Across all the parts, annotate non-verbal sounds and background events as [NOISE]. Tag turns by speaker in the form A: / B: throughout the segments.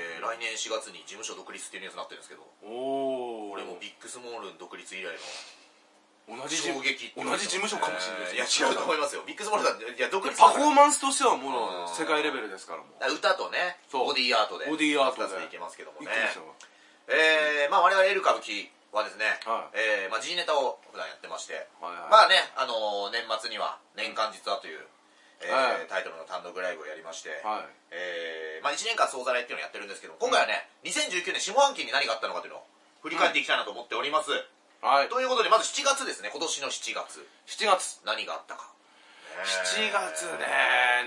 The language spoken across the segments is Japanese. A: 4月に事務所独立っていうニュースになってるんですけど
B: おお
A: 俺もビッグスモールの独立以来の
B: 同じ事
A: 衝
B: 務
A: 撃
B: 同じ事務所かもしれな
A: い
B: い
A: や違うと思いますよビッグスモールさんっていや独立
B: パフォ
A: ー
B: ーマンスとしてはも
A: あ
B: う
A: ー
B: 世界レベルですからもう
A: 歌とね
B: そう
A: ボディーアートで
B: ボディーアートで
A: 2つでいけますけども
B: 一気
A: ね
B: でしたわ
A: えー、まあ我々エル歌舞伎はですね、
B: は
A: え
B: い
A: ーまあ、G ネタを普段やってまして、
B: はいは
A: ま
B: い
A: あね、あのー年末には「年間実は」という、えー
B: はい
A: タイトルの単独ライブをやりまして、
B: はい
A: えーまあ、1年間総ざらいっていうのをやってるんですけど今回はね、2019年下半期に何があったのかというのを振り返っていきたいなと思っております、
B: はい
A: ということでまず7月ですね今年の7月
B: 7月
A: 何があったか
B: 7月ね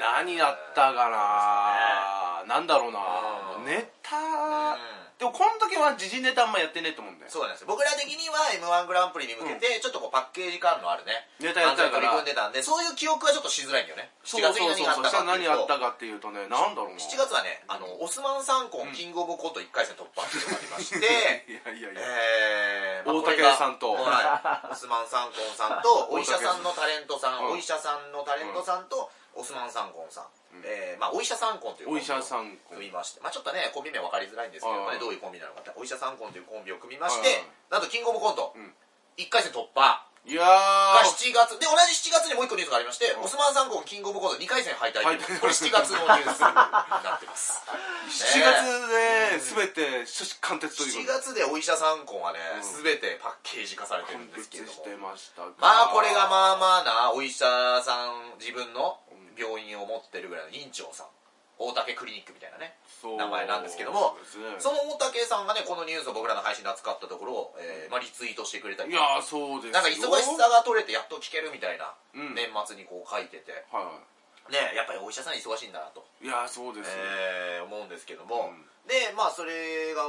B: 何やったかななんだろう
A: う
B: なんネ
A: うん
B: タでもこの時は時事ネタあんまやってねえと思うんだよ
A: そうなんですよ僕ら的には m 1グランプリに向けてちょっとこうパッケージ感のあるね
B: ネタやってたから
A: 漫才取り組んでたんでそういう記憶はちょっとしづらいんだよね7月に何があった
B: そ
A: か
B: う何あった
A: か
B: かっていうとねなんだろうな
A: 7月はねあのオスマン三コンキングオブコント1回戦突破っていうのがありまして
B: [LAUGHS] いやいやいや
A: えーまあ
B: 大
A: これ
B: 竹
A: が
B: さんと
A: はいオスマン三コンさん
B: [LAUGHS]
A: とお医者さんのタレントさん
B: うん
A: お医者さんのタレントさんとオスマン三コンさんえーまあお医者三コンというコン
B: お
A: ビ
B: 医者さん
A: 組みまして、まあ、ちょっとねコンビ名分かりづらいんですけど、
B: はい
A: まあねどういうコンビなのかってお医者さんコンというコンビを組みまして、
B: はいはい
A: なんとキングオブコント、
B: うん
A: 一1回戦突破
B: いや
A: が
B: ー
A: 7月で同じ7月にもう1個ニュースがありまして、
B: うん
A: オスマンさんコンキングオブコント2回戦敗退という
B: 敗退
A: これ7月のニュースになってます
B: [LAUGHS] 7月で全て書式貫徹という
A: 7
B: こと
A: 月でお医者さんコンはね、
B: うん
A: 全てパッケージ化されてるん
B: 貫
A: ですけ
B: 徹
A: れど
B: して
A: も
B: ました
A: まあこれがまあまあなお医者さん自分の病院を持ってるぐらいの院長さん大竹クリニックみたいなね
B: そう
A: 名前なんですけども
B: そうですね
A: その大竹さんがねこのニュースを僕らの配信で扱ったところを、えーまあ、リツイートしてくれたり
B: いやーそうですよ
A: なんか忙しさが取れてやっと聞けるみたいな、
B: うん
A: 年末にこう書いてて
B: は
A: ねやっぱりお医者さん忙しいんだなと、
B: いいやーそうです
A: え
B: ね
A: ー思うんですけども、
B: うん
A: でまあそれが、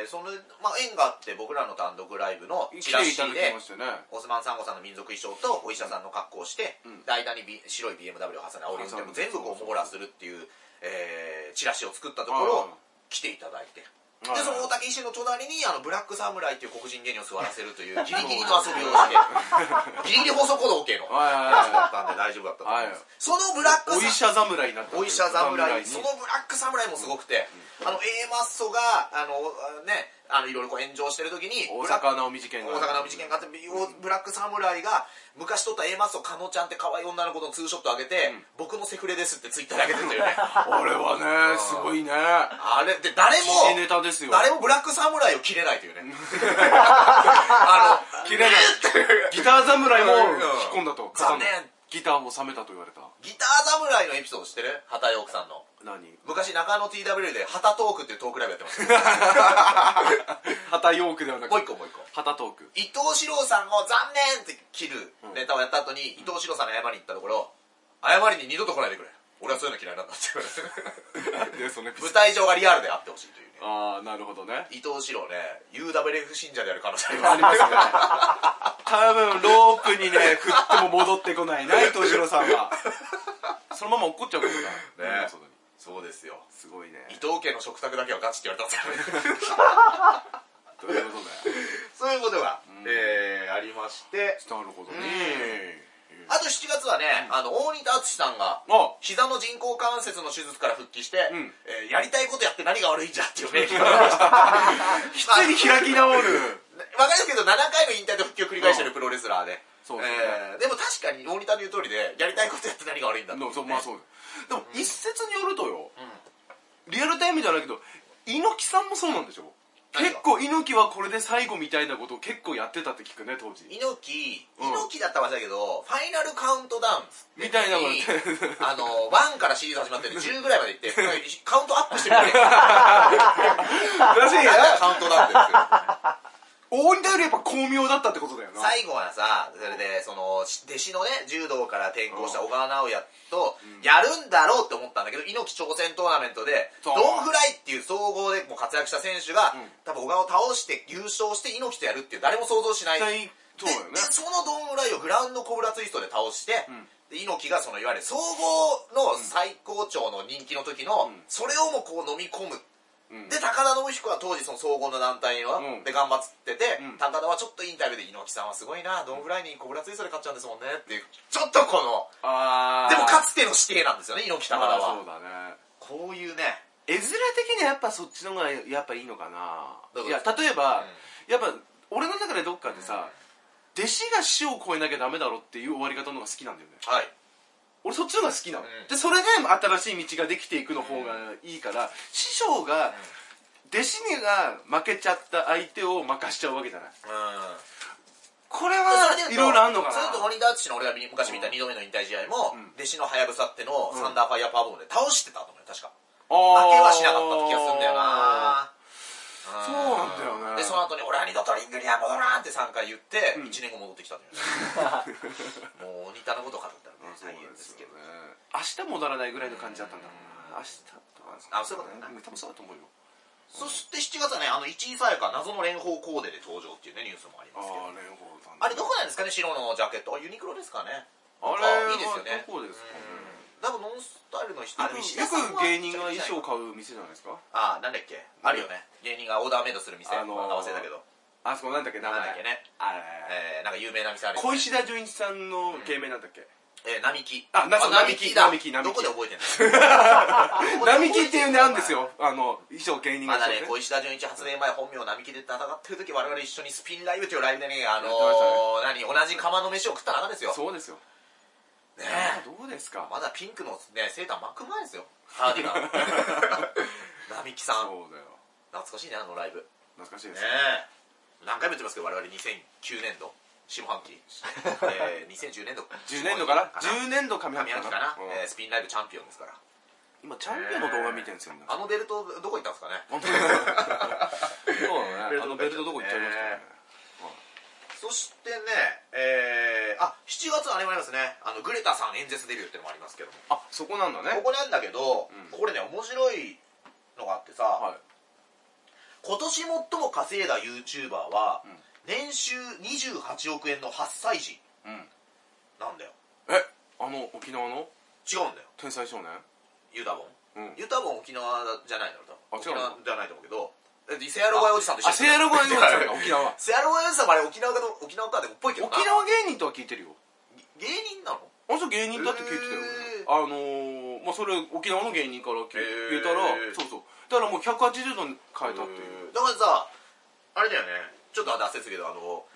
A: えーその、まあ、縁があって僕らの単独ライブのチ
B: 来
A: ラ
B: てい
A: シ
B: ただき
A: で
B: ましてね
A: オスマンサンゴさんの民族衣装とお医者さんの格好をして、
B: うん
A: で間に、B、白い BMW を挟んで煽り運転も全部こう網羅するっていう、えーチラシを作ったところ来ていただいてで
B: はい
A: その大竹医師の隣にあのブラックサムライっていう黒人芸人を座らせるというギリギリの遊びをしてギリギリ放送コード OK のや
B: はいはい
A: つだ
B: は
A: ったんで大丈夫だったと思います
B: はい
A: そのブラッ
B: い
A: ク
B: お医者侍になった
A: お医者侍
B: に
A: そのブラック侍もすごくて、あの A マッソがあのねあのいろいろこう炎上してる時にブ
B: 大
A: ラック
B: 阪直美事件が
A: 大阪直美事件があってブラックサムライが昔撮った A マッソかのちゃんって可愛い女の子のツーショット上げて、僕のセフレですってツイッターで上げてるというね
B: あれはねすごいね
A: [LAUGHS] あれで誰
B: 時
A: も
B: 事ネタですよ
A: 誰もブラックサムライを切れないというね
B: [LAUGHS]
A: あの
B: 切れないギター侍も
A: うん
B: 引っ込んだと
A: 残念
B: ギターを収めたと言われた
A: ギター侍のエピソード知ってる畑井奥さんの
B: 何
A: 昔中野 TW で畑トークっていうトークライブやって
B: [LAUGHS]
A: ました
B: 旗ヨークではなく
A: もう一個もう一個
B: 旗トーク
A: 伊藤四郎さんを残念って切るネタをやった後に、伊藤四郎さんに謝りに行ったところ謝りに二度と来ないでくれ俺はそういうの嫌いなんだって言われて
B: でそのエピソー
A: 舞台上がリアルであってほしいというね
B: ドああなるほどね
A: 伊藤四郎ね UWF 信者である可能性あり
B: あ
A: ま
B: り
A: す
B: ますね [LAUGHS] 多分ロープにね振っても戻ってこないない藤次郎さん [LAUGHS] はそのまま怒っちゃうことだ
A: ね
B: そうだね
A: そうですよ
B: すごいね
A: 伊藤家の食卓だけはガチって言われたんです
B: [LAUGHS]
A: からね
B: ということだよ
A: そういうことが、えーありまして
B: なるほどね
A: あと7月はね、あの大仁田淳さんが
B: あ
A: 膝の人工関節の手術から復帰して、
B: うん
A: えーやりたいことやって何が悪いんじゃっていう
B: [LAUGHS]
A: 名義がありました
B: 普通に開き直る
A: わかるけど7回の引退と復帰を繰り返してるプロレスラーで、
B: そうですね
A: えーでも確かに大仁田の言う通りでやりたいことやって何が悪いんだってい
B: の
A: ね
B: そうまあそうでも一説によるとよリアルタイムじゃないけど猪木さんもそうなんでしょ
A: 何が
B: 結構猪木はこれで最後みたいなことを結構やってたって聞くね当時
A: 猪木
B: うん
A: 猪木だったわけだけど、ファイナルカウントダウンっつって
B: みたいなこと
A: にあの1からシリーズ始ま
B: [LAUGHS]
A: ってる10ぐらいまでいってカウントアップしてくれカウントダウンですよ
B: らしい大仁田よりやっぱ巧妙だったってことだよな
A: 最後はさそれでその弟子のね柔道から転向した小川直也とやるんだろうって思ったんだけど猪木挑戦トーナメントで
B: そ
A: ドン
B: う
A: フライっていう総合でもう活躍した選手が、
B: うん
A: 多分小川を倒して優勝して猪木とやるっていう誰も想像しない
B: 絶対そうだよ
A: で
B: ね
A: でそのドンフライをグラウンドコブラツイストで倒して、
B: ん
A: で猪木がそのいわゆる総合の最高潮の人気の時の、
B: うん
A: それをもうこう飲み込む
B: うん
A: で高田信彦は当時その総合の団体は、
B: うん
A: で頑張ってて、
B: うん
A: 高田はちょっとインタビューで猪木さんはすごいなドンフライにコブラツイストで勝っちゃうんですもんねっていうちょっとこの
B: あー
A: でもかつての指定なんですよね猪木高田
B: あーそ
A: は
B: うだね
A: こういうね
B: 絵面的にはやっぱそっちの方がやっぱいいのか
A: どう
B: な
A: ぞ
B: いや例えば、やっぱ俺の中でどっかでさ、弟子が師を超えなきゃダメだろっていう終わり方の方が好きなんだよね
A: はい
B: 俺そっちの方が好きなの、
A: うん
B: でそれで新しい道ができていくの方がいいから、師匠が弟子にが負けちゃった相手を任しちゃうわけじゃない
A: うん
B: これ
A: それ
B: は
A: で
B: い
A: 言う
B: ろ
A: と
B: いろあんのかな
A: それと森田敦の俺が昔見た
B: うん
A: 2度目の引退試合も、
B: うん
A: 弟子のハヤブサってのをサンダーファイヤーパワーボムで倒してたと思うよ確か
B: あー
A: 負けはしなかった気がするんだよな
B: そうなんだよね
A: でその後に「俺は二度とリングには戻らん!」って3回言って、1
B: うん
A: 年後戻ってきたんだよね
B: [LAUGHS]
A: もう似たのこと語ったらね
B: そ
A: 大
B: うな
A: 変で
B: んです
A: す
B: け
A: け
B: ど
A: ど
B: ね明日戻らないぐらいの感じだったんだろうな明日とか
A: あそういうことね
B: ん多分そうだと思うよ
A: そして7月はねあの1位さやか謎の連邦コーデで登場っていうねニュースもありますけど
B: あ連合さん
A: あれどこなんですかね白のジャケットあユニクロですかね
B: あれ
A: なんかいいですよね
B: どこですかね
A: 多分ノンスタイルの人
B: あの
A: 石田さんは
B: よく芸人が衣装買う店じゃないですか
A: ああなんだっけあるよね芸人がオーダーメイドする店、
B: あのー
A: なんか忘れたけど
B: あそこなんだっけ
A: な
B: 名
A: ん
B: 前
A: だっけね
B: あれ、
A: えー、なんか有名な店あるよね
B: 小石田純一さんの芸名なんだっけ、
A: えー、並木
B: あなそう並木並木
A: だど
B: 並木
A: こで覚えてんの
B: [LAUGHS] 並木っていうねあるんですよあの衣装芸人が
A: [LAUGHS] まだね
B: 衣装
A: 小石田純一発令前本名並木で戦ってる時我々一緒にスピンライブというライブでねあの
B: やってま
A: ー、何同じ釜の飯を食った中ですよ
B: そうですよ
A: ね
B: あ
A: え
B: どうですか、
A: まだピンクのねセーター巻く前ですよハーディが
B: [LAUGHS]
A: 並木さ
B: そ
A: ん
B: うだよ
A: 懐かしいねあのライブ
B: 懐かしいです
A: ね
B: ね
A: え何回も言ってますけど我々2009年度下半
B: [LAUGHS]
A: 期、えー、2010年度
B: 10年度かな
A: 10
B: 10年度上半
A: 年
B: 期
A: 度
B: か
A: か
B: な
A: な、
B: うん
A: えースピンライブチャンピオンですから
B: 今チャンピオンの動画見てるんですよね
A: あのベルトどこ行ったんですかね
B: 本当だねそうだ
A: ベル
B: ね
A: ト
B: あのベルトどこ行っちゃいましたね
A: ねそしてねえー、あ7月はあれもありますねあのグレタさん演説デビューってのもありますけども
B: あそこなんだね
A: ここなんだけど、
B: うん
A: これね面白いのがあってさ、
B: は
A: 今年最も稼いだ YouTuber は、
B: うん
A: 年収28億円の8歳児
B: いうん
A: なんだよ
B: えあの沖縄の
A: 違うんだよ
B: 天才少年
A: ユダボン
B: うん
A: ユタボン沖縄じゃないだろ多分
B: あ
A: 沖
B: 違うの
A: 縄じゃないと思うけどだってセアロガイおじさんと一緒
B: あセアロゴンの [LAUGHS] やつだ
A: [LAUGHS]
B: 沖縄
A: セアロガイおじさんもあれ沖縄かど沖縄かでもっぽいけどな
B: 沖縄芸人とは聞いてるよ
A: 芸人なの
B: あの人芸人だって聞いてたよ、
A: へー
B: あのー、まあそれ沖縄の芸人から聞い
A: へー
B: たら、そうそうだからもう180度に変えたっていう、
A: だからさあれだよねちょっと脱線するけどあの、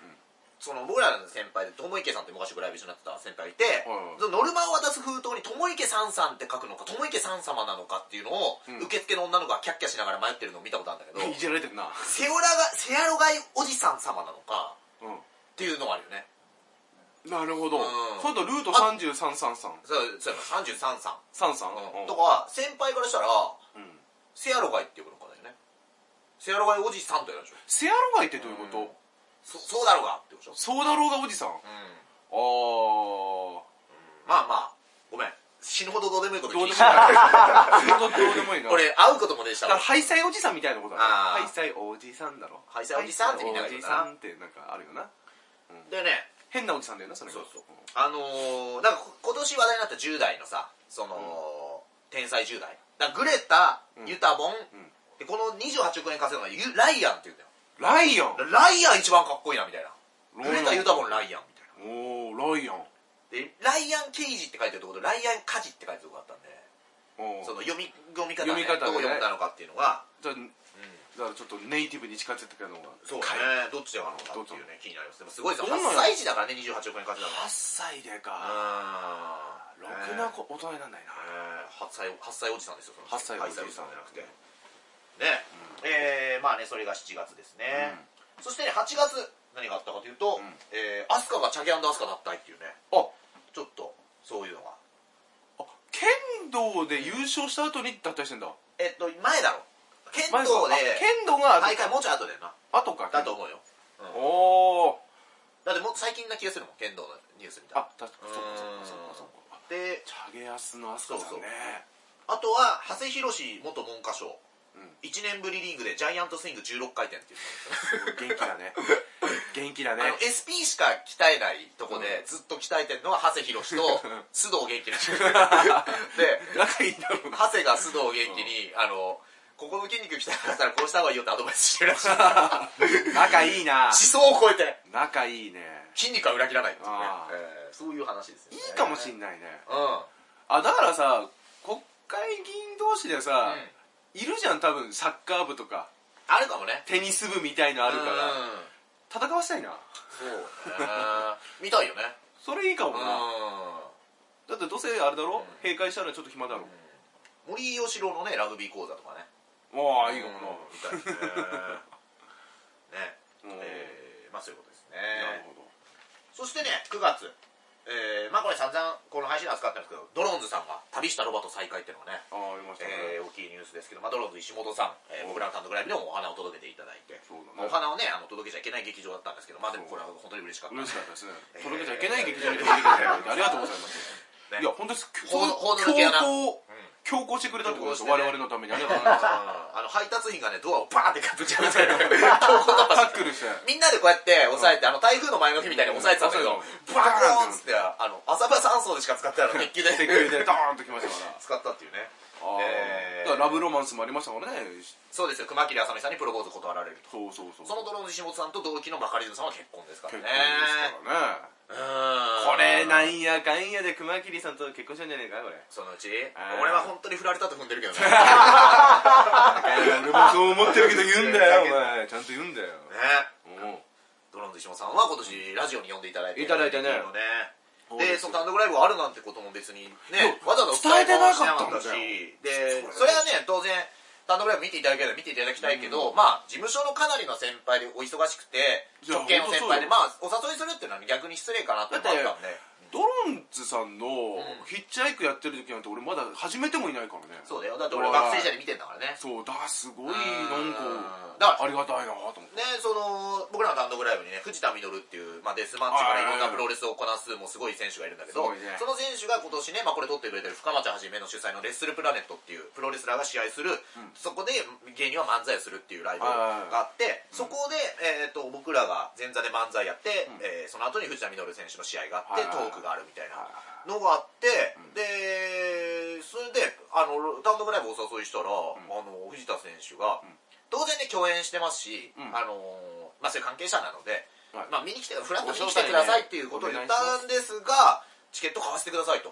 A: その僕らの先輩で友池さんって昔僕ライブ一緒になってた先輩がいて、
B: はいはい
A: そのノルマを渡す封筒に「友池さんさん」って書くのか「友池さん様」なのかっていうのを、
B: うん
A: 受付の女の子がキャッキャしながら迷ってるのを見たことあるんだけど
B: いじられてるな
A: セオラがセアロガイおじさん様なのか
B: う
A: っていうのがあるよね
B: んなるほど、
A: うん
B: そうだルート33333
A: そうそういえば33さん
B: 三三
A: うんとか先輩からしたら
B: うん
A: セアロガイって呼ぶのかだよねセアロガイおじさんとやるでしょ
B: セアロガイってどういうこと、
A: うんそそうだろうがってことでしょ
B: そうだろうがおじさんあ
A: うん
B: あー
A: まあまあごめん死ぬほどどうでもいいこと
B: どう
A: 聞
B: で
A: い
B: もいい
A: て
B: などうでもいいな
A: 俺会うこともでした
B: だ
A: わ
B: からハイサイおじさんみたいなことだね
A: あー
B: ハイサイおじさんだろ
A: ハイサイおじさんってみんなが
B: ハ
A: 言う
B: イ
A: か
B: サ
A: ら
B: イおじさんってなんかあるよな
A: でね
B: 変なおじさんだよなそれが
A: そうそうあのー、なんかこ今年話題になった10代のさその、天才10代だからグレタ
B: うん
A: ユタボン、
B: ん
A: でこの28億円稼ぐのがユライアンって言うんだよ
B: ライアン
A: だからライアン一番かっこいいなみたいなグレタユタボンライアンみたいな
B: おーライアン
A: でライアン・ケイジって書いてるとことライアン・カジって書いてるとこだったんで
B: おー
A: その読み読み方,、ね、
B: 読み方ね
A: どう読んだのかっていうのが、
B: じゃあだからちょっとネイティブに近づいてくるのが
A: そうね
B: 8
A: どっちでなのかっていうね気になりますでもすごいですよ
B: どんな
A: 8歳児だからね28億円稼いだのは
B: 歳でか
A: あ
B: ろくな子大人になんないな
A: 8歳八歳おじさんですよその
B: 8歳おじさ
A: 8
B: ん
A: じゃなくてね、えーまあねそれが7月ですね、そしてね8月何があったかというと、
B: うん
A: えー、アスカがチャギアンドアスカ脱退っていうね
B: あ
A: ちょっとそういうのが
B: あ剣道で優勝した後に脱退してんだ
A: えっと前だろ剣
B: 前さ
A: 道で
B: あ剣道が
A: 大会もうちょい後だよな
B: 後か
A: だと思うよ
B: おお
A: だってもう最近な気がするもん剣道のニュースみたいな
B: あ確かにそうかそうかそうかそうか
A: で
B: チャゲアスのアスカさんね
A: あとは長谷博元文科省、
B: うん
A: 1年ぶりリーグでジャイアントスイング16回転っていう
B: 元気だね元気だね
A: あの SP しか鍛えないとこでずっと鍛えてるのは長谷博
B: [LAUGHS]
A: 士と須藤元気らしいで
B: 仲いいんだろうな
A: 長谷が須藤元気に、あのここの筋肉鍛えなかったらこうした方がいいよってアドバイスしてるらしい
B: [LAUGHS] 仲いいな
A: 思想を超えて
B: 仲いいね
A: 筋肉は裏切らないっていうね
B: あー、
A: えーそういう話ですよ
B: い
A: ね
B: いかもしんないね
A: うん、うん
B: あだからさ国会議員同士でさ、いるじゃん多分サッカー部とか
A: あるかもね
B: テニス部みたいのあるか
A: う
B: ら
A: ん
B: 戦わせたいな
A: そうね見たいよね
B: それいいか
A: う
B: もなんだってどうせあれだろ閉会したらちょっと暇だろ
A: 森喜朗のねラグビー講座とかね
B: ああいいかもな
A: うん見たいですねね
B: うん
A: えーまあそういうことですね
B: なるほど
A: そしてね9月えーまあこれ散々この配信で扱ったんですけどドローンズさんが旅したロバと再会っていうのがね
B: あありました
A: え
B: ね
A: ー大きいニュースですけど、まあ、ドローンズ石本さん、えー僕らの単独ライブでもお花を届けていただいて、
B: そうだね
A: まあお花をねあの届けちゃいけない劇場だったんですけどまあでもこれは本当に嬉しかった
B: 嬉しかったですね
A: えー
B: 届けちゃいけない劇場に届けていただいてありがとうございます
A: ね
B: いや本当です
A: 報道報道
B: 強
A: の系やな
B: 行強行してくれたってことですよ
A: 強行してね
B: 我々のためにありがとうございます
A: あの配達員がねドアをバーンってかぶっちゃうみたいな強行突破
B: タ
A: し
B: ッ
A: て
B: クルして
A: みんなでこうやって押さえて、あの台風の前の日みたいに押さえてたんだけど、
B: うん
A: バコーンっつってあの浅場山荘でしか使ってないの鉄球で
B: 手首でドーンときましたから
A: 使ったっていうね
B: [LAUGHS] あ
A: えー
B: ーだからラブロマンスもありましたからね
A: そうですよ熊切あさみさんにプロポーズ断られると
B: そうそうそう
A: そのドローンの石本さんと同期のバカリズムさんは結婚ですから
B: 結婚
A: ね
B: ですからね
A: こ
B: これなんやかんやで熊切さんと結婚したんじゃねえかこれ
A: そのうち
B: あー
A: 俺は本当に振られたと踏んでるけどねね
B: 俺もそう思ってるけど言うんだよお前ちゃんと言うんだよ
A: ドローンズ石本さんは今年ラジオに呼んでいただいて
B: いただいてね
A: のね
B: そう
A: で
B: です
A: そ
B: よ
A: の単独ライブがあるなんてことも別にねわざわざ
B: 伝えてな
A: し
B: かったんだよ
A: しでそれはね当然単独ライブ見ていただければ見ていただきたいけど、まあ事務所のかなりの先輩でお忙しくて
B: いや
A: 直系の先輩で
B: 本当そうよ
A: まあお誘いするっていうのは逆に失礼かなって思ったんで
B: ドロンズさんのヒッチハイクやってる時なんて俺まだ始めてもいないからね
A: そうだよだって俺学生時代に見てんだからね
B: そうだすごいなんか
A: だから
B: ありがたいなと思って
A: ね、その僕らの単独ライブにね藤田実っていう、まあ、デスマッチからいろんなプロレスをこなすもうすごい選手がいるんだけど、
B: すごいね
A: その選手が今年ね、まあ、これ撮ってくれてる深町はじめの主催のレッスルプラネットっていうプロレスラーが試合する、そこで芸人は漫才をするっていうライブがあってそこで、えー、と僕らが前座で漫才やって、えーその後に藤田実選手の試合があって、
B: はいはいはい
A: トークがあるみたいな
B: は
A: のがあって、でそれであの単独ライブお誘いしたら、あの藤田選手が、当然ね共演してますし、
B: うん
A: あのーまあそういう関係者なので、
B: は
A: まあ
B: い
A: 見に来てフラット見に来てくださいっていうことを言ったんですがチケット買わせてくださいと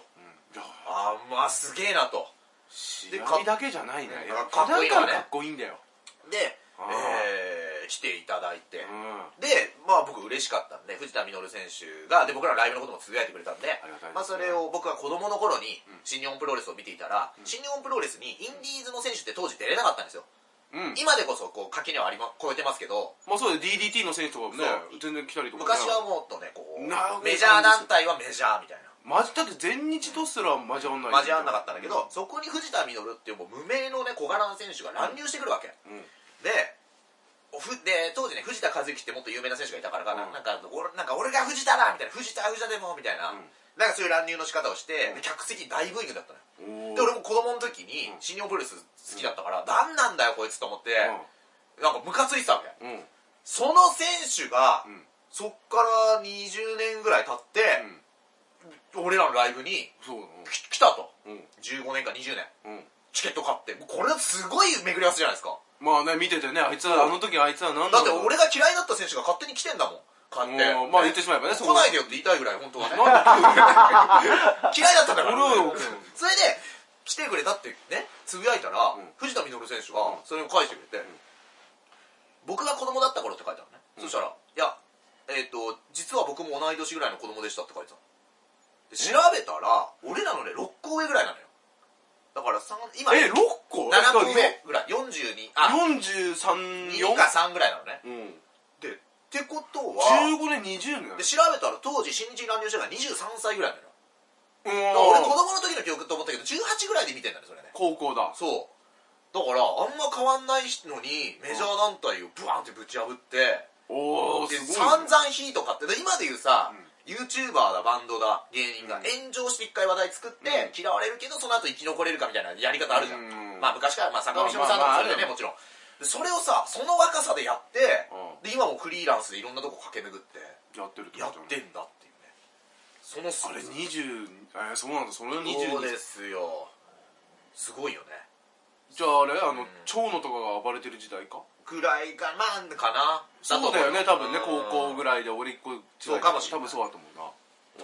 B: いや
A: あーまあすげえなと
B: 試
A: で
B: 合だけじゃないね
A: かかっこいいよね
B: だからかっこいいんだよ
A: で、
B: あ
A: え
B: ー
A: ー来ていただいて、
B: うん
A: でまあ僕嬉しかったんで藤田実選手がで僕らのライブのこともつぶやいてくれたんで
B: りがたいですね
A: まあ、それを僕は子供の頃に新日本プロレスを見ていたら、新日本プロレスにインディーズの選手って当時出れなかったんですよ、
B: うん
A: 今でこそこう垣根はあり、ま、超えてますけど
B: まあそうだよ DDT の選手とかもね
A: そう
B: 全然来たりとかね
A: 昔はもっとねこう
B: なるほど
A: メジャー団体はメジャーみたいな
B: マジだって全日とすら交わんない
A: 交わんなかったんだけど、そこに藤田実っていうもう無名のね小柄な選手が乱入してくるわけ、
B: うん
A: でふで当時ね藤田和樹ってもっと有名な選手がいたからかな,、
B: うん
A: なんか俺なんか俺が藤田だみたいな藤田藤田でもみたいな、
B: うん
A: なんかそういう乱入の仕方をして、で客席大ブーイングだったのよ
B: おー
A: で俺も子供の時に新日本プロレス好きだったから、なん、なんだよこいつと思って、なんかムカついてたわけ
B: うんうん
A: その選手が、
B: ん
A: そっから20年ぐらい経って、俺らのライブに
B: そうだ
A: き来たと
B: うん
A: 15年か20年
B: うん
A: チケット買ってもうこれすごい巡り合わせじゃないですか
B: まあね見ててねあいつはあの時あいつは何
A: だっ
B: だ
A: て
B: ろう
A: 俺が嫌いだった選手が勝手に来てんだもん買って、
B: うんまあ言ってしまえばねそ
A: 来
B: こ
A: ないでよって言いたいぐらい本当はね
B: なんで
A: 嫌いだったんだから
B: 俺は
A: それで来てくれたってねつぶやいたら、
B: ん
A: 藤田実選手がそれを返してくれて、僕が子供だった頃って書いてあるね、そしたら「いやえっ、と実は僕も同い年ぐらいの子供でした」って書いてたので調べたら俺らのね6個上ぐらいなのよだから三今
B: え6個
A: 7個上ぐらい42あ
B: 434
A: 2か3ぐらいなのね
B: うん
A: でってことは
B: 15年20年
A: で調べたら当時新人乱入してたから23歳ぐらいなのよだから俺子
B: うん
A: 供の時の記憶と思ったけど18ぐらいで見てんだねそれね
B: 高校だ
A: そうだからあんま変わんないのにメジャー団体をブワーンってぶち破って
B: おお
A: です
B: ご
A: 散々
B: い
A: 火とかってで今で言うさ、YouTuber だバンドだ芸人が
B: うん
A: 炎上して一回話題作って、嫌われるけどその後生き残れるかみたいなやり方あるじゃん、
B: うん
A: まあ昔から、まあ、坂上忍さんと
B: まあまあ
A: かそれでね、
B: まあ
A: もちろんでそれをさその若さでやって、
B: う
A: で今もフリーランスでいろんなとこ駆け巡って
B: やってるって
A: やっ
B: ことだ
A: て
B: ね
A: んだっていうねそのす
B: あれ20えーそうなんだその
A: そうで
B: 22
A: すよすごいよね
B: じゃああれあの蝶野とかが暴れてる時代か
A: ぐらいかなんかな
B: そうだよね多分ね高校ぐ
A: らい
B: らいで俺一個違い
A: そうかもしれない
B: 多分そうだと思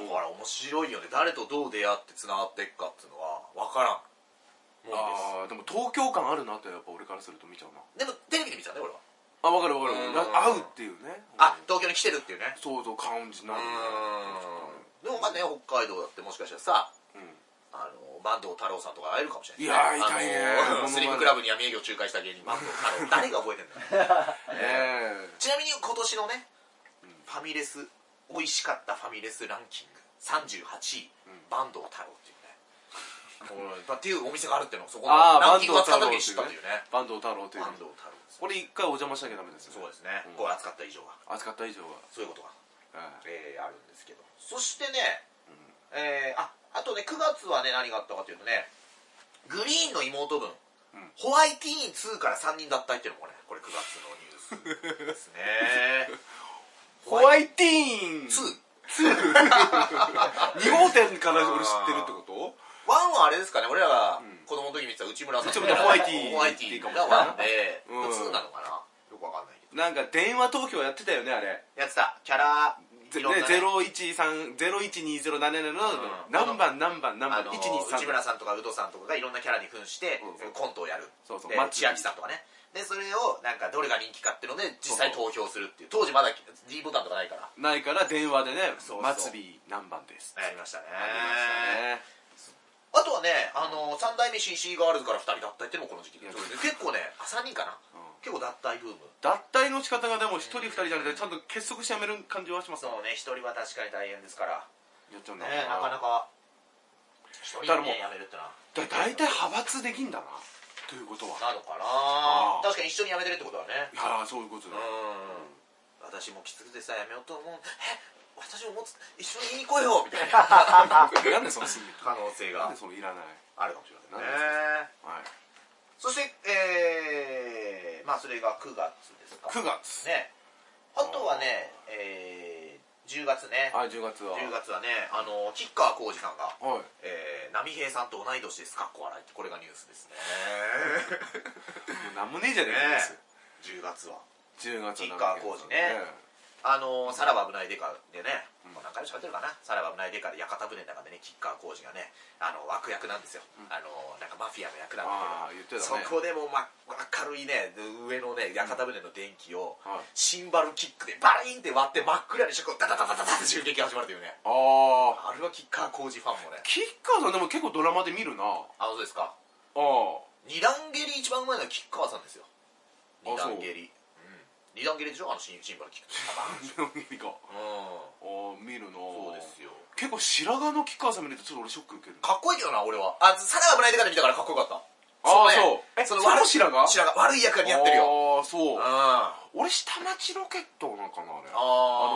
B: うな
A: だから面白いよね誰とどう出会ってつながっていくかっていうのは分からんもんです
B: ああでも東京感あるなってやっぱ俺からすると見ちゃうな
A: でもテレビで見てたね俺は
B: あ分かる分か
A: う
B: る
A: ん
B: な合うっていうね
A: あ東京に来てるっていうね
B: そうそう感じになるね
A: でもまあね北海道だってもしかしたらさ
B: うん
A: あの坂東太郎さんとか会えるかもしれない
B: いやー痛いね
A: あのスリムクラブに闇営業仲介した芸人坂東太郎誰が覚えてんだよ
B: ねえ
A: ちなみに今年のね、ファミレス美味しかったファミレスランキング38位、坂東太郎っていうね、まあって [LAUGHS] いうお店があるっていうのをそこの
B: あ
A: ラ
B: あ
A: ンキングを扱った時に知ったというね
B: 坂東太郎という
A: 坂東太郎です
B: これ一回お邪魔しなきゃダメですよ
A: そうですね、
B: うん
A: これ扱った以上は
B: 扱った以上は
A: そういうことが、
B: は
A: えーあるんですけどそしてね、えーああとね9月はね何があったかというとねグリーンの妹分、
B: うん
A: ホワイティーン2から3人脱退っていうのもねこれ9月のニュースです [LAUGHS] ね
B: いホワイティーン
A: 2
B: 2号店から俺知ってるってこと
A: ワンはあれですかね、俺らが子供の時見てた内村さん
B: 内村ホワイティー
A: ホワイティーがワンで、ツ
B: うん
A: ーなのかなよくわかんないけ
B: なんか電話投票やってたよねあれ
A: ど。やってた、キャラ、
B: ぜ
A: いろん
B: ね
A: なね、
B: 0130 012077の何番何番何
A: あ
B: 番
A: の、
B: 123
A: 内村さんとかウドさんとかがいろんなキャラに扮して
B: うん、
A: コントをやる。
B: そうそう
A: で
B: 松
A: 千秋さんとかね。で、それを、なんか、どれが人気かっていうので、実際投票するっていう。当時まだ D ボタンとかないから。
B: ないから電話でね
A: そうそう
B: 末尾何番です
A: やりましたね。
B: あり
A: あ
B: ま
A: とはね、あの、三代目 CC ガールズから二人脱退っていうのもこの時期で
B: いや
A: 結構ね、あ、三人かな
B: うん
A: 結構脱退ブーム。
B: したね脱退の仕方がでも一人二人じゃなくてちゃんと結束してやめる感じはしますね
A: そうね、一人は確かに大変ですから。
B: やっちゃうんだ
A: ねなかなか一人
B: だからもう
A: でやめるってのは
B: だ大体派閥できんだなということは
A: なのかな
B: あー
A: 確かに一緒にやめてるってことはね
B: いやーそういうこ
A: う
B: とだ
A: ん私もきつくてさやめようと思うえ私ももつ一緒に行こうよみたい [LAUGHS] な
B: なんでそのすんで
A: 可能性
B: な
A: が
B: んでそのいらない
A: あるかもしれませんね
B: はい
A: そしてえー、まあそれが9月ですか
B: 9月
A: ねあとはねえー、10月ね
B: はい10月は
A: 10月はねあの吉川晃司さんが
B: はい
A: えー、波平さんと同い年ですかっこ笑いってこれがニュースですね
B: 何もねえじゃね
A: ね
B: えかで
A: 10月
B: す
A: は
B: 10
A: キ
B: 月
A: ッカー工事ねあのーさらば危ないデカでね、もう何回も喋ってるかなさらば危ないデカで屋形船の中でね吉川晃司がねあの悪役なんですよ、あのーなんかマフィアの役なん
B: ああ言ってた
A: だけど、そ
B: ね
A: こでもう、ま、明るいね上のね屋形船の電気を、
B: はい
A: シンバルキックでバリンって割って真っ暗にしてこうダダダダダダって襲撃が始まるというね
B: ああ
A: あれは吉川晃司ファンもね
B: キッカーさんでも結構ドラマで見るなあ
A: あそうですか
B: あ
A: 二段蹴り一番うまいのは吉川さんですよ二
B: あ
A: 段蹴りうん二段蹴りでしょあのシンシンバルキック
B: [LAUGHS] 見か
A: うん
B: ああ見るな
A: そうですよ
B: 結構白髪のキッカーさん見るとちょっと俺ショック受ける
A: かっこいいけどな俺はあさらばライデカで見たからかっこよかった
B: ああ
A: ね
B: そうえ
A: その
B: それ
A: 悪
B: も
A: い
B: 白髪
A: 白髪悪い役が似合ってるよ
B: ああそううん
A: あ
B: 俺下町ロケットなんかなあれあ
A: あ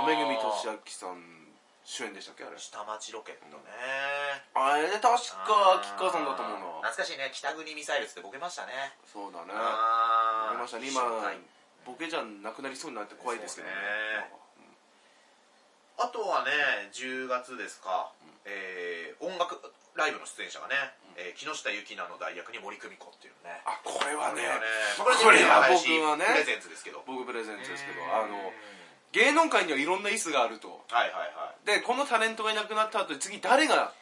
B: のめぐみと
A: と
B: しあきさん主演でしたっけあれ
A: 下町ロケットね
B: あれ確か
A: あー
B: キッカーさんだと思うな
A: 懐かしいね北国ミサイルつってボケましたね
B: そうだねあ
A: あー
B: りましたね今ボケじゃなくなりそうになって怖いですけどね
A: あとはね10月ですか、えー音楽ライブの出演者がね、えー木下ゆきなの代役に森久美子っていうね
B: あこれはね
A: これ
B: これ
A: は
B: は
A: ね
B: 僕はね
A: プレゼンツですけど
B: 僕プレゼンツですけど
A: うん
B: あの芸能界にはいろんな椅子があると
A: はいはいは
B: でこのタレントがいなくなった後で次誰が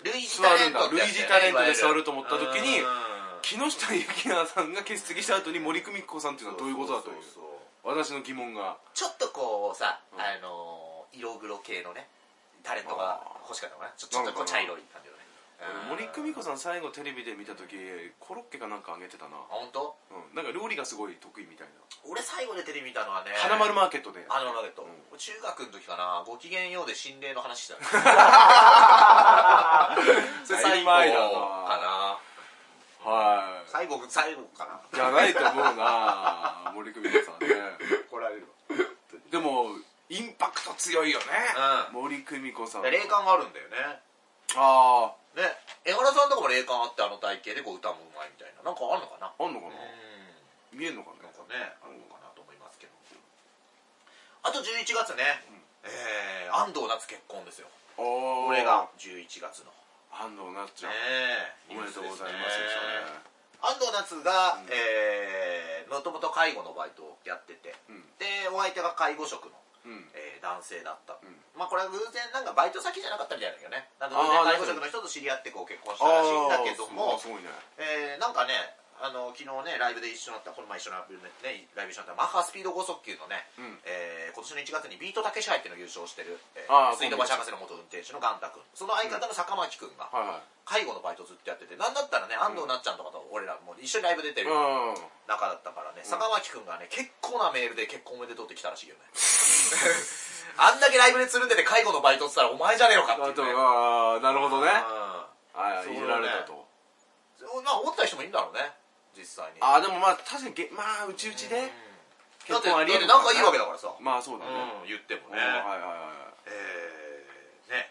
A: いルイージ
B: 座るんだ
A: ってやつよね
B: ルイージタレントで
A: いわゆる
B: 座ると思った時に
A: うん
B: 木下ゆきなさんが欠席した後に森久美子さんっていうのはどういうことだという
A: そうそうそう
B: 私の疑問が
A: ちょっとこうさ、
B: ん
A: あのー色黒系のねタレントが欲しかったのかなちょちょっとこう
B: な
A: 茶
B: んか
A: 色い感じのね
B: 森久美子
A: さん
B: さん最後テレビで見た時コロッケかなんかあげてたな
A: あ本当
B: うんなんか料理がすごい得意みたいな
A: 俺最後でテレビ見たのはね
B: 花丸マーケットで
A: あのマーケット、
B: うん
A: 俺中学の時かなごきげんようで心霊の話してたのそれ最
B: [LAUGHS] だいぶ
A: 後
B: 前だな
A: か
B: は
A: な最後最後かない
B: じゃないと思うな森久美子さんね
A: 怒られる
B: でもインパクト強いよね
A: うん
B: 森久美子さん
A: 霊感があるんだよね
B: あ
A: ね江原さんとかも霊感あってあの体型でこう歌もうまいみたいななんかあるのかな
B: ああんのかな
A: うん
B: 見えんのかな
A: なんかねあるのかなと思いますけどあと11月ね、えー、安藤夏結婚ですよ
B: ああ
A: これが11月の
B: 安藤なっちゃん
A: ねえ
B: おめでとうございます
A: 安藤夏が、えー、もともと介護のバイトをやってて、
B: うん
A: でお相手が介護職の、
B: うん
A: えー男性だった、
B: ん
A: まあこれは偶然なんかバイト先じゃなかったみたいなんだけどねなんのね
B: あー
A: 介護職の人と知り合ってこう結婚したらしいんだけども
B: あーすごいね
A: えーなんかねあの昨日ねライブで一緒になったこの前一緒にねライブ一緒になったマッハスピード5速球のね、
B: うん
A: えー今年の1月にビートたけし杯っていうのを優勝してる、えー
B: あー
A: 水道橋博士の元運転手のガンタ君その相方の坂巻君が
B: はいはい
A: 介護のバイトずっとやっててなんだったらね安藤なっちゃんとかと俺らもう一緒にライブ出てる
B: うん
A: 中だったからね、坂巻くんがね結構なメールで結婚おめでとうって来たらしいよね
B: [LAUGHS]
A: あんだけライブでつるんでて介護のバイトって言ったらお前じゃねえのかってい
B: あ
A: う
B: と
A: ね
B: あーなるほど
A: う
B: ねあ
A: そう
B: ーいじられたと
A: んまあ思った人もいいんだろうね実際に
B: あーでもまあ確かにげまあうちうちで
A: だってだっ
B: え
A: て
B: る
A: 仲いいわけだからさ、
B: まあそうだ
A: う
B: ね
A: ん言っても
B: うん
A: ね
B: はいはいは
A: えー、ね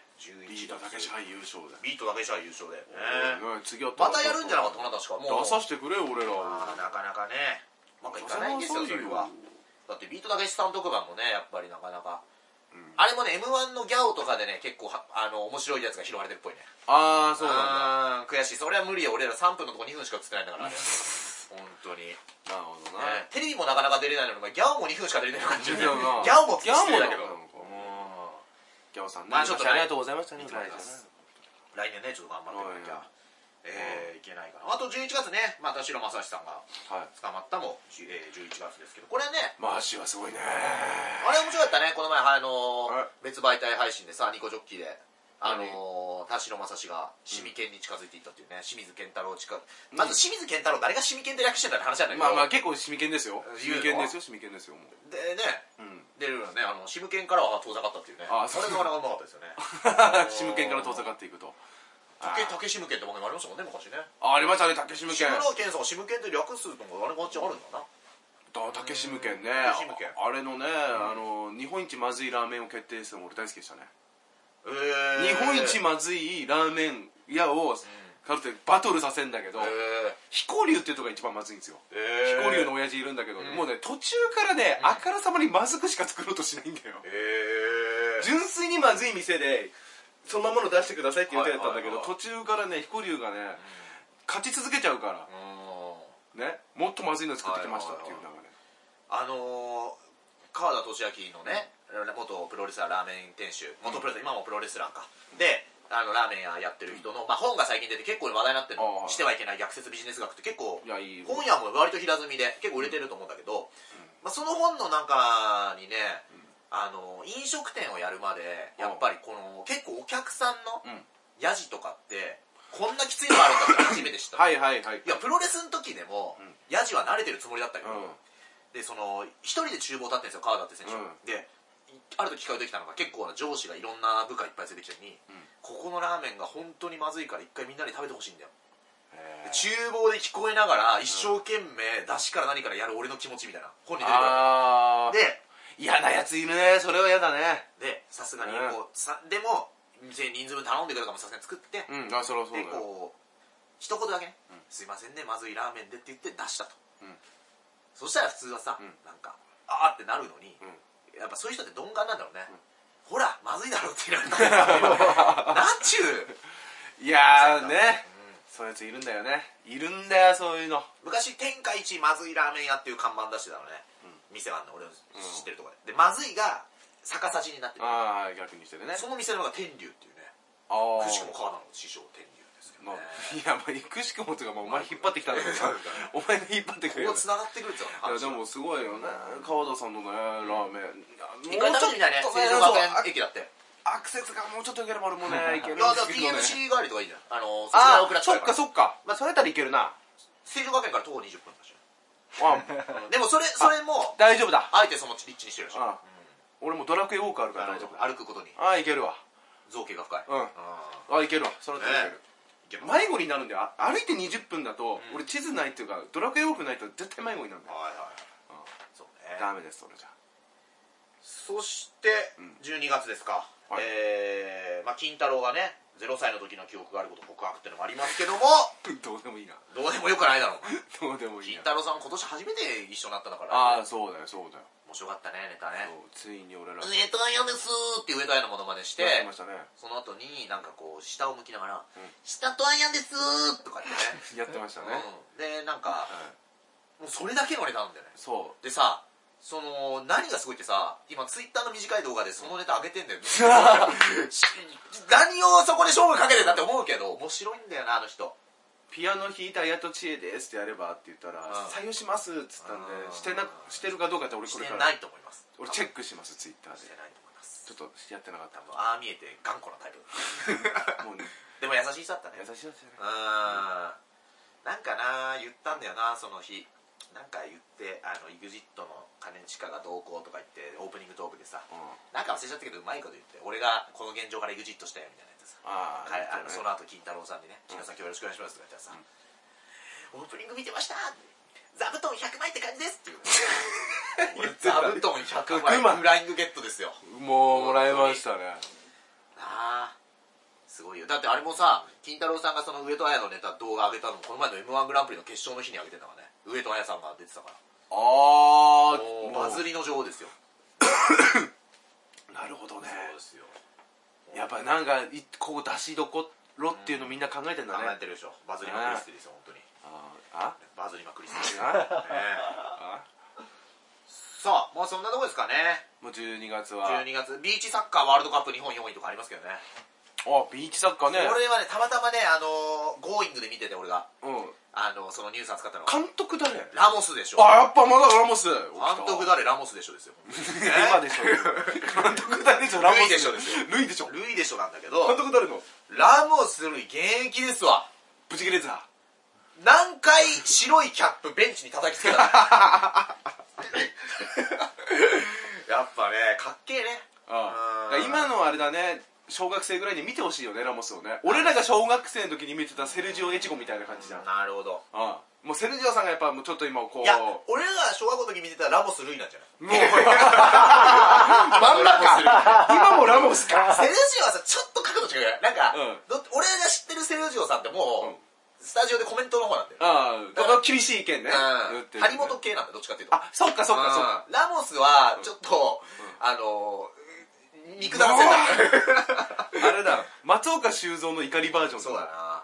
B: い
A: 11
B: リーダーだけじゃ優勝だよ
A: ビートだけじゃ優勝だよね
B: うん次は
A: またやるんじゃなかったかな確かもう
B: 出させてくれよ俺ら
A: あーなかなかねなんかいかないんですよそれはだってビートたけしさん特番もねやっぱりなかなか、
B: ん
A: あれもね m 1のギャオとかでね結構はあの面白いやつが拾われてるっぽいね
B: ああそうな
A: だ
B: んだ
A: 悔しいそれは無理よ俺ら3分のとこ2分しか映ってないんだからあれ本当に、ね、
B: なるほどな
A: テレビもなかなか出れないのにお前ギャオも2分しか出れない感じで、
B: 出てるな
A: ギャオも
B: ギャオも
A: だけど
B: なのかギャオさんね
A: まあちょっとね
B: ありがとうございました
A: い
B: ね
A: つもありがとうございます来年ねちょっと頑張っていかなきゃ、えーいけないかなあと11月ねまた白正志さんが
B: はい
A: 捕まったも、じえー、11月ですけどこれね
B: マーシーはすごいね
A: あれ面白かったねこの前あの
B: はい
A: 別媒体配信でさニコジョッキーであの田代正史が清水健に近づいていったっていうね、清水健太郎近まず清水健太郎誰が清水健って略してんだって話なんだけど、
B: まあまあ結構シミケンですよシ
A: 言う
B: ミ
A: の
B: ケンですよシミケンですよも
A: でね
B: ううん
A: 出るよねあのシム健からは遠ざかったっていうね
B: あ
A: そ
B: そ
A: れ
B: う
A: なかなかうまかったですよね
B: シムケンから遠ざかっていくと [LAUGHS] あ
A: 竹竹シム健って番組ありましたもんね昔ね
B: あありましたね竹シム
A: 志
B: ケン
A: 村けんさんはシム健って略するともあれがちあるんだな
B: だ竹シムケンね
A: 竹志夢拳
B: ああれのねあの日本一まずいラーメンを決定戦も俺大好きでしたね
A: え
B: 日本一
A: も
B: まずいラーメン屋をカルテバトルさせんだけど
A: え
B: 彦龍っていうとこが一番まずいんですよ
A: ー、えー、
B: 彦龍の親父いるんだけど、
A: ん
B: もうね途中からね、あからさまにまずくしか作ろうとしないんだよ、
A: えー、
B: 純粋にまずい店でそのままの出してくださいって言うてやったんだけど、
A: はいはいはい
B: 途中からね彦龍がね、勝ち続けちゃうか
A: うん
B: らねもっとまずいの作ってきましたっていう流れ、
A: あのー、川田俊明のね、元プロレスラーラーメン店主元プロレスラー今もプロレスラーかであのラーメン屋やってる人の、まあ、本が最近出て結構話題になってる
B: ああ
A: の
B: はい
A: してはいけない逆説ビジネス学って結構
B: いやいいよ
A: 本屋も割と平積みで結構売れてると思うんだけど、まあ、その本の中にね、あの飲食店をやるまでやっぱりこの結構お客さんの
B: うん
A: ヤジとかってこんなきついのあるんだって初めて
B: [LAUGHS]
A: 知った
B: はいはいは
A: い
B: い
A: やプロレスの時でも、ヤジは慣れてるつもりだったけど、
B: うん
A: でその一人で厨房立ってるんですよ川田って選手、
B: うん
A: でいある時聞こえてきたのが結構な上司がいろんな部下いっぱい連れてきた時に、ここのラーメンが本当にまずいから一回みんなに食べてほしいんだよ、で
B: え
A: 厨房で聞こえながら一生懸命出汁から何からやる俺の気持ちみたいな本に
B: ー
A: 出てくるわ
B: あ
A: け
B: ー嫌なやついるねそれは嫌だね
A: ででさすがに
B: うん
A: こう、さでも店に人数分頼んでくれたからもさすがに作って、
B: うんあそれはそうだ
A: で
B: よ
A: こう一言だけね、すいませんねまずいラーメンで」って言って出したと、
B: うん
A: そしたら普通はさ、
B: ん
A: なんか「あーってなるのに、
B: う
A: やっぱそういう人って鈍感なんだろうね、ほらまずいだろって言われた
B: [LAUGHS]
A: らなんちゅう
B: いやーね、
A: うん
B: そういうやついるんだよねいるんだよそういうの
A: 昔天下一まずいラーメン屋っていう看板出してたのね、店があんの俺の知ってるところででまずいが逆さじになってる
B: ああ逆にしてるね
A: その店の名が天竜っていうね
B: ああ
A: くしくも川田の師匠天竜ですけど
B: まあ
A: ね、、
B: いや、まあ、くしくもというか、まあ、お前引っ張ってきたんだけ [LAUGHS] どさ、お前が引っ張ってくれ
A: こ
B: る
A: こ。繋がってくるんですよね
B: いや、
A: 話
B: で
A: が
B: もすごいよね。川田さんのね、ラーメン。
A: 一回食べてみたいね
B: もうちょ
A: 成
B: っと
A: 城
B: そう
A: 学園駅だって
B: アクセスがもうちょっといければ俺も [LAUGHS] ね、いける
A: いやだから
B: けどね
A: BMC 帰りとかいいじゃんあのそちら
B: あ
A: 大
B: あ、
A: 倉
B: そ
A: 近
B: っ
A: いから
B: かそっか。まあ、それやったらいけるな。
A: 成城学園から徒歩20分だし
B: [LAUGHS] あ
A: でもそれそれも
B: 大丈夫だ。
A: あえてその立地にしてるでしょ
B: あ俺もドラクエウォークあるから
A: あの
B: 大丈夫だ。
A: 歩くことに
B: ああ、いけるわ。
A: 造形が深い
B: うんああ、いけるわ。それだったらいける。
A: いけます
B: 迷子になるんだよ。あ歩いて20分だと、俺地図ないっていうか、ドラクエウォークないと絶対迷子になるんだよ。
A: はいはいそうね
B: ダメです、それじゃ。
A: そして12月ですか
B: はい
A: えーまあ金太郎がね0歳の時の記憶があること告白ってのもあります
B: [LAUGHS]
A: けども
B: どうでもいいな。
A: どうでもよくないだろう
B: どうでもいい
A: 金
B: な。
A: 太郎さん今年初めて一緒になったんだから
B: ああそうだよそうだよ
A: 面白かったねネタね
B: そうついに俺
A: 「
B: ら
A: ネタやです」って上田屋のものまねして
B: やってましたね
A: その後になんかこう下を向きながら「下とアイアンです」とか言ってね
B: やってましたね、
A: うんでなんか
B: はい
A: もうそれだけのネタなんだよね
B: そ
A: でさその何がすごいってさ今ツイッターの短い動画でそのネタ上げてんだよ [LAUGHS] し何をそこで勝負かけてんだって思うけど面白いんだよなあの人
B: ピアノ弾いたやと知恵ですってやればって言ったら
A: うん
B: 採用しますっつったん
A: う
B: で
A: ん
B: してなしてるかどうかって俺
A: し
B: こ
A: て
B: れから
A: ないと思います
B: 俺チェ
A: ク
B: ックしますツイッターで
A: してないと思います
B: ちょっとやってなかったも
A: ああ見えて頑固なタイプ [LAUGHS]
B: うね
A: でも優しい人だったね
B: 優しいやつじゃ
A: う
B: な
A: ん
B: い
A: なんかな言ったんだよなその日なんか言ってあの EXIT の兼近がどうこうとか言ってオープニングトークでさ
B: うん
A: なんか忘れちゃったけどうまいこと言って俺がこの現状から EXIT したよみたいなやつさ
B: あ
A: はい、あ
B: あ
A: のその後金太郎さんにね「木村さん今日よろしくお願いします」とか言ったらさ「オープニング見てました!」座布団100枚って感じですっていう
B: [LAUGHS] 言って
A: 座
B: た
A: 布団100
B: [LAUGHS] 100
A: 枚
B: 枚
A: フライングゲットですよ
B: もうもらいましたね
A: ああすごいよだってあれもさ金太郎さんがその上戸彩のネタ動画上げたのもこの前の m 1グランプリの決勝の日に上げてたからね上戸彩さんが出てたから
B: あ
A: もう
B: あ
A: バズりの女王ですよ
B: なるほどね
A: すよ
B: やっぱなんかいここ出しどころっていうのみんな考えてん
A: 考
B: だ
A: え
B: ね
A: てるでしょバズりまくりすぎですよ本当に
B: ああ
A: バズりまくりすぎ [LAUGHS] ですよ
B: ああ
A: さあまあそんなとこですかね
B: もう12月は
A: 12月ビーチサッカーワールドカップ日本4位とかありますけどね
B: あビーチサッカーね
A: 俺はねたまたまねあのー、ゴーイングで見てて俺が
B: うん
A: あのそのニュース扱ったのが
B: 監督誰
A: ラモスでしょ
B: あやっぱまだラモス監
A: 監督誰ラモスでしょです [LAUGHS] よ
B: 今でしょ監督誰でしょラモス
A: ルイでしょですよ
B: ルイでしょ
A: ルイでしょなんだけ
B: 監
A: ど
B: 督誰の
A: ラモスルイ現役ですわ
B: ブチギレーザー
A: 何回白いキャップベンチに叩きつけた
B: [LAUGHS]
A: のやっぱねかっけえね
B: あ
A: う
B: あ
A: ん
B: 今のあれだね小学生ぐらいに見てほしいよねラモスをね俺らが小学生の時に見てたセルジオ・エチゴみたいな感じじゃん、あ
A: なるほど
B: あもうセルジオさんがやっぱもうちょっと今こう
A: いや俺らが小学校の時見てたらラモスルイなんじゃない
B: もう [LAUGHS] まんまか今もラモス
A: [LAUGHS]
B: か
A: セルジオはさちょっと角度違うよなんか、
B: うん
A: ど俺が知ってるセルジオさんってもう、
B: うん
A: スタジオでコメントの方なんだよ、
B: ああだから厳しい意見ね、言って
A: うん、
B: る
A: 張本系なんだどっちかっていうと
B: あそっかそっかそっか
A: うんラモスはちょっと、あのー肉弾戦だ
B: あれだ松岡修造の怒りバージョン
A: そうだな
B: あ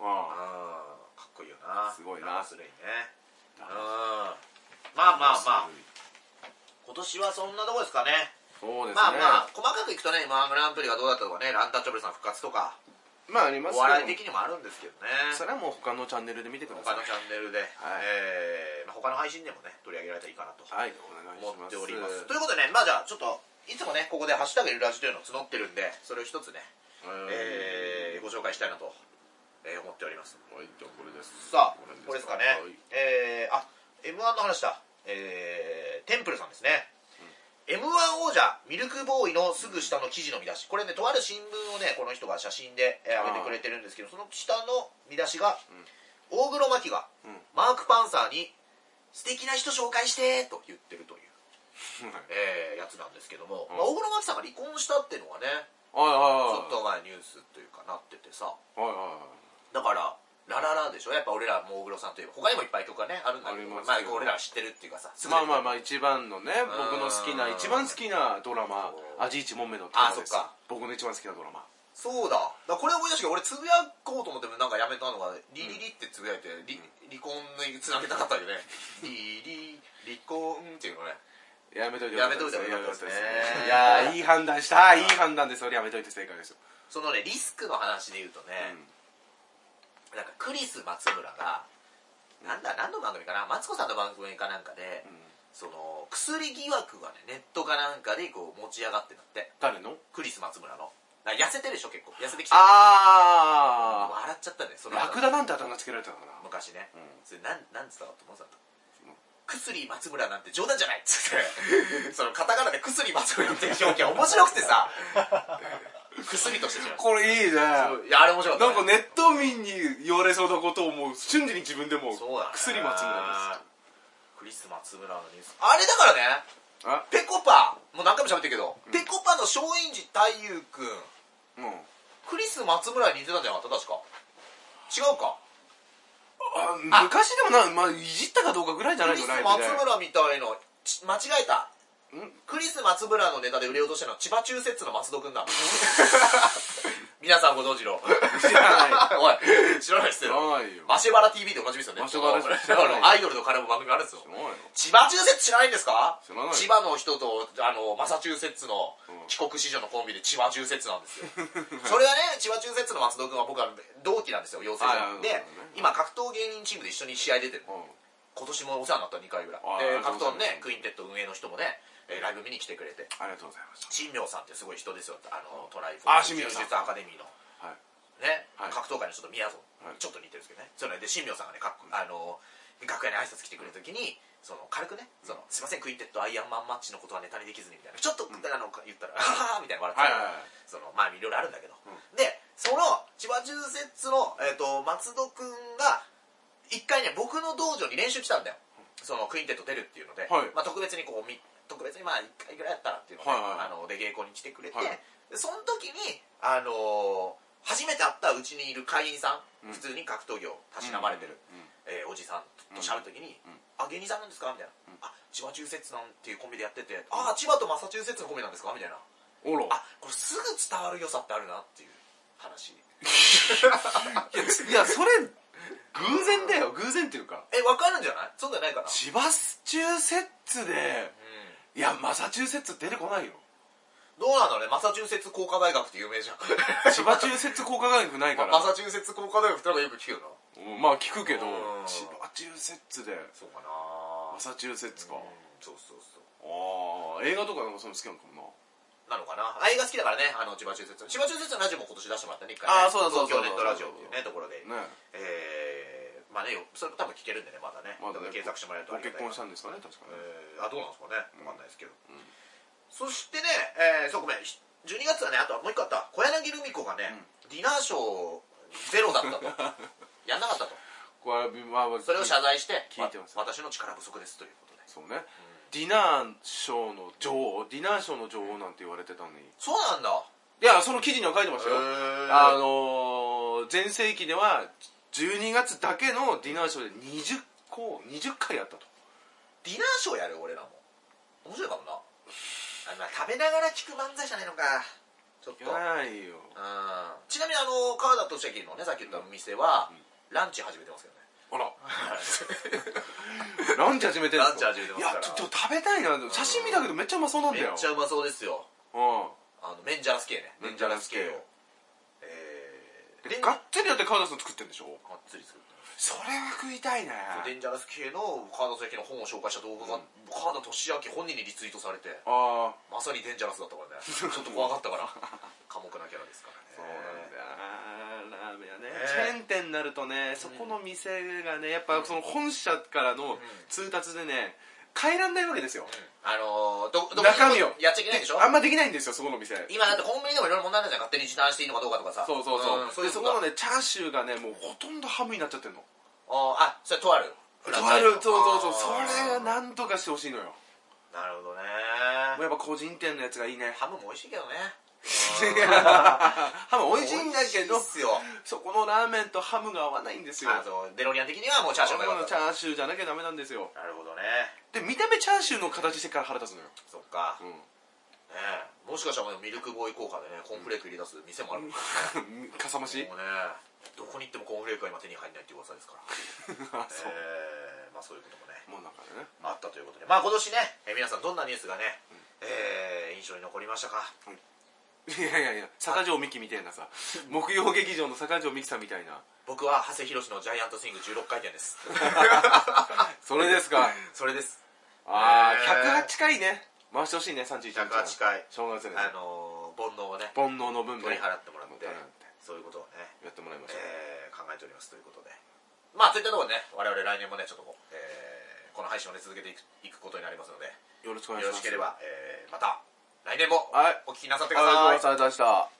A: うん
B: あ
A: かっこいいよな
B: すごいな
A: ラモスルイねうんまあまあまあ今年はそんなとこですかね
B: そうですね
A: まあまあ細かくいくとね今グランプリがどうだったとかねランタッチャブルさん復活とか
B: まああります
A: お笑い的にもあるんですけどね
B: それはもう他のチャンネルで見てくださ
A: 他
B: い
A: のチャンネルで、えーまあ、他の配信でもね取り上げられたらいいかなと
B: はいお願いします
A: 思っておりますということでねまあじゃあちょっといつもねここで「ハッシュタグいるラジ」というのを募ってるんでそれを一つね、
B: うん
A: えーご紹介したいなと、えー思っております
B: はいじゃあこれです
A: さあこれですかね
B: はい
A: えーあ m 1の話だえーテンプルさんですね、m 1王者ミルクボーイのすぐ下の記事の見出しこれねとある新聞をねこの人が写真でえー上げてくれてるんですけどその下の見出しが、大黒摩季が
B: うん
A: マーク・パンサーに「素敵な人紹介して」と言ってるという、えーやつなんですけども、
B: うん
A: まあ、大黒摩季さんが離婚したっていうのがね
B: はい
A: ちょ
B: はいは
A: っと前ニュースというかなっててさ、
B: いはいはい
A: だから「ラララ」でしょやっぱ俺らも大黒さんといえば他にもいっぱい曲がねあるんだけど
B: あり
A: ま
B: ますよ
A: あ、俺らは知ってるっていうかさすぐ
B: まあ
A: に
B: まあまあ一番のね僕の好きな
A: うん
B: 一番好きなドラマ
A: そう
B: 「アジイチモンメの」って
A: あ
B: ことです
A: そっか
B: 僕の一番好きなドラマ
A: そうだだからこれ思い出したけど俺つぶやこうと思ってもなんかやめたのが「リリリ」ってつぶやいて、リ離婚につなげたかったよ
B: [LAUGHS]
A: ね「リリ離婚」っていうのね
B: やめといて
A: やめといてよかったですね
B: いやーいい判断したいい判断ですそれやめといて正解ですよ
A: そのねリスクの話で言うとね、なんかクリス松村がなんだ何の番組かなマツコさんの番組かなんかで、
B: うん
A: その薬疑惑がねネットかなんかでこう持ち上がってんだって
B: 誰の
A: クリス松村のだから痩せてるでしょ結構痩せてきてる
B: あ
A: 笑っちゃったねそ
B: あ
A: の
B: ラクダなんてあだ名つけられたのかな
A: 昔ね、
B: うん
A: それなんなんつったかと思ってたの
B: うん
A: 薬松村なんて冗談じゃないっ [LAUGHS] つってそのカタカナで薬松村っていう表現面白くてさ薬として違う
B: これいいねない
A: やあれ面白かった、
B: んかネット民に言われそうなことをもう瞬時に自分でもう
A: そうだね
B: 薬松村です
A: クリス松村のニュースあれだからね
B: あ
A: ぺこぱもう何回も喋ってるけど、ぺこぱの松陰寺太夫くん
B: うん
A: クリス松村に似てたんじゃなかった確か違うか
B: あ昔でもな、まあ、いじったかどうかぐらいじゃ
A: ク
B: ない
A: リ
B: の
A: ス
B: ライ
A: 松
B: ブで
A: 村みたいのち間違えた
B: ん [LAUGHS]
A: クリス松村のネタで売れようとしてるのは千葉中摂の松戸くんだ皆さんご存知の
B: 知らな
A: [LAUGHS]
B: い
A: おい知らないっす
B: 知
A: よ
B: らないよ
A: マシェバラ TV でおなじみですよね
B: マシェバラ
A: この
B: 知らない
A: あのアイドルと絡む番組あるんですよ
B: 知らないよ
A: 千葉中説知らないんですか
B: 知らないよ
A: 千葉の人とあのマサチューセッツの
B: うん
A: 帰国子女のコンビで千葉中説なん
B: [LAUGHS]
A: ですよそれがね千葉中説の松戸君は僕は同期なんですよ養成所
B: あ
A: の
B: な
A: で
B: るほどね
A: 今格闘芸人チームで一緒に試合出てる
B: うん
A: 今年もお世話になった2回ぐらい
B: あ
A: で
B: ありがと
A: 格
B: うござい
A: 闘
B: ます
A: のねクインテット運営の人もねえーライブ見に来てくれて
B: ありがとうございました
A: 新明さんってすごい人ですよあのトライフ
B: あ
A: 柔
B: 新明
A: 術
B: さん
A: アカデミーの
B: はい
A: ね、
B: はい
A: 格闘界の人と宮園、
B: はい
A: ちょっと似てるんですけどねそれで新明さんがねかっこあの楽屋に挨拶来てくれた時にその軽くねその「すいませんクインテッドアイアンマンマッチのことはネタにできずに」みたいなちょっと、あの言
B: [LAUGHS]
A: ったら「ははみたいな笑ってたから、
B: はいはいはい
A: そのまあいろいろあるんだけど、でその千葉中節の、えー、と松戸君が一回ね僕の道場に練習来たんだよそのクインテッド出るっていうので、
B: はい
A: まあ、特別にこうみ特別にまあ一回ぐらいやったらっていうので、
B: はいはいはい
A: あので稽古に来てくれて、
B: はい
A: でその時にあのー初めて会ったうちにいる会員さん、
B: うん
A: 普通に格闘技をたしなまれてる、
B: うん
A: えーおじさんと喋る時に
B: うんうん
A: 「あ芸人さんなんですか?」みたいな「あ千葉中節なんていうコンビでやっててあ千葉とマサチューセッツのコンビなんですか?」みたいな
B: おろ
A: あこれすぐ伝わる良さってあるなっていう話
B: いやそれ偶然だよ偶然っていうか
A: えわかるんじゃないそうじゃないかな
B: 千葉中節で
A: うん
B: いやマサチューセッツ出てこないよ
A: どうなんだろうねマサチューセッツ工科大学って有名じゃん
B: 千葉中節工科大学ないから
A: マサチューセッツ工科大学ってなんかよく聞くよな
B: うんまあ聞くけど
A: うん
B: 千葉中節で
A: そうかな
B: マサチューセッツか
A: うん
B: あ
A: そうそうそう
B: あー映画とかなんかそういうの好きなのかも
A: なのかなあ映画好きだからねあの千葉中節千葉中節のラジオも今年出してもらったね一回
B: あ
A: ね
B: ーそうだそうだ
A: 東京ネットラジオっていうねところで、
B: なね
A: えー、まあねよそれも多分聞けるんでねまだね,、
B: まだね
A: 検索してもらえると
B: ご
A: あり
B: 結
A: がたい
B: 婚したんですかね確かね
A: えーあどうなんですかね分かんないですけど、
B: ん
A: そしてね、えーそうごめんひ12月はねあとはもう一個あった小柳ルミ子がね、ディナーショーゼロだったと
B: [LAUGHS]
A: やんなかったと
B: これはまあ
A: それを謝罪して
B: 聞いてます
A: わ私の力不足ですということで
B: そうねディナーショーの女王ディナーショーの女王なんて言われてたのに
A: そうなんだ
B: いやその記事には書いてましたよあ
A: へー
B: のー全盛期では12月だけのディナーショーで20個20回やったと
A: ディナーショーやる俺らも面白いかもなあまあ食べながら聞く漫才じゃないのかちょっと
B: やらないよ
A: うんちなみにあの川田俊明のねさっき言ったお店は、ランチ始めてますけどね
B: あら [LAUGHS] ランチ始めてるんですか
A: ランチ始めてますから
B: いやちょっと食べたいなでも写真見たけどめっちゃうまそうなん
A: め
B: だ
A: っ
B: よ
A: ちゃうまそうですよ
B: う
A: あのメンジャラス系ね
B: メンジャラス系
A: メンジャラ
B: ん
A: えー
B: で
A: で
B: がっつりやって川田さん作ってるんでしょ
A: がっつり作った
B: それは食いたいね
A: デンジャラス系の川田俊明の本を紹介した動画が、川田俊明本人にリツイートされて
B: ああ
A: まさにデンジャラスだった
B: [LAUGHS]
A: からねちょっと怖かったから寡黙なキャラですからね
B: そうなんだよなラーメン屋ね
A: ね
B: チェーン店になるとねそこの店がねやっぱその本社からの通達でね帰らんないわけですよ
A: あのー、どどこ
B: 中身を
A: やっちゃいけないでしょ
B: あんまできないんですよそこの店
A: 今だってコンビニでもいろいろ問題なんじゃん勝手に時短していいのかどうかとかさ
B: そうそうそう,、
A: んそうい
B: で
A: う
B: そ
A: こ
B: ことの
A: か
B: ねチャーシューがねもうほとんどハムになっちゃってるの
A: ああそれとあるフランチ
B: あ
A: ャイズ
B: るそうそうそう
A: あー
B: それはなんとかしてほしいのよ
A: なるほどね
B: もうやっぱ個人店のやつがいいね
A: ハムも美味しいけどね
B: [LAUGHS] ハム美味しいんだけ
A: 美
B: ど
A: 味しいっすよ
B: そこのラーメンとハムが合わないんですよ
A: あのデロリアン的にはもうチャーシューの方が
B: の
A: 良
B: チ
A: かっ
B: ャーシューじゃなきゃダメなんですよ
A: たなるほどね
B: で見た目チャーシューの形してから腹立つのよ [LAUGHS]
A: そっか、
B: う
A: ね
B: ん
A: えもしかしたらもうミルクボーイ効果でねコーンフレーク入り出す店もあるもんね、
B: かさ増し
A: もうねどこに行ってもコーンフレークが今手に入んないっていう噂ですから
B: あそ
A: え
B: う
A: えまあそういうこともね
B: もうなんかね
A: あったということでまあ今年ね、えー皆さんどんなニュースがね、えー印象に残りましたか
B: いやいやいや坂上美希みたいなさ木曜劇場の坂上美希さんみたいな
A: 僕は長谷博のジャイアントスイング16回転です [LAUGHS]
B: それですか
A: それです
B: あ
A: ね
B: あ
A: え
B: 108回ね回してほしいね31日
A: 108回
B: 正月でね
A: あのー煩悩をね
B: 煩悩の分
A: 取
B: で
A: り払ってもらって
B: や
A: そういうことをね
B: ってもらいましょう
A: えー考えておりますということでまあといったところでね我々来年もねちょっとこう、えーこの配信をね続けていくいくことになりますので
B: よろしくお願い
A: よ
B: し
A: ろ
B: ます
A: しければ、えーまた来年も
B: はい
A: お聞きなさって
B: あり
A: く
B: が
A: だ
B: とう
A: さい
B: ございました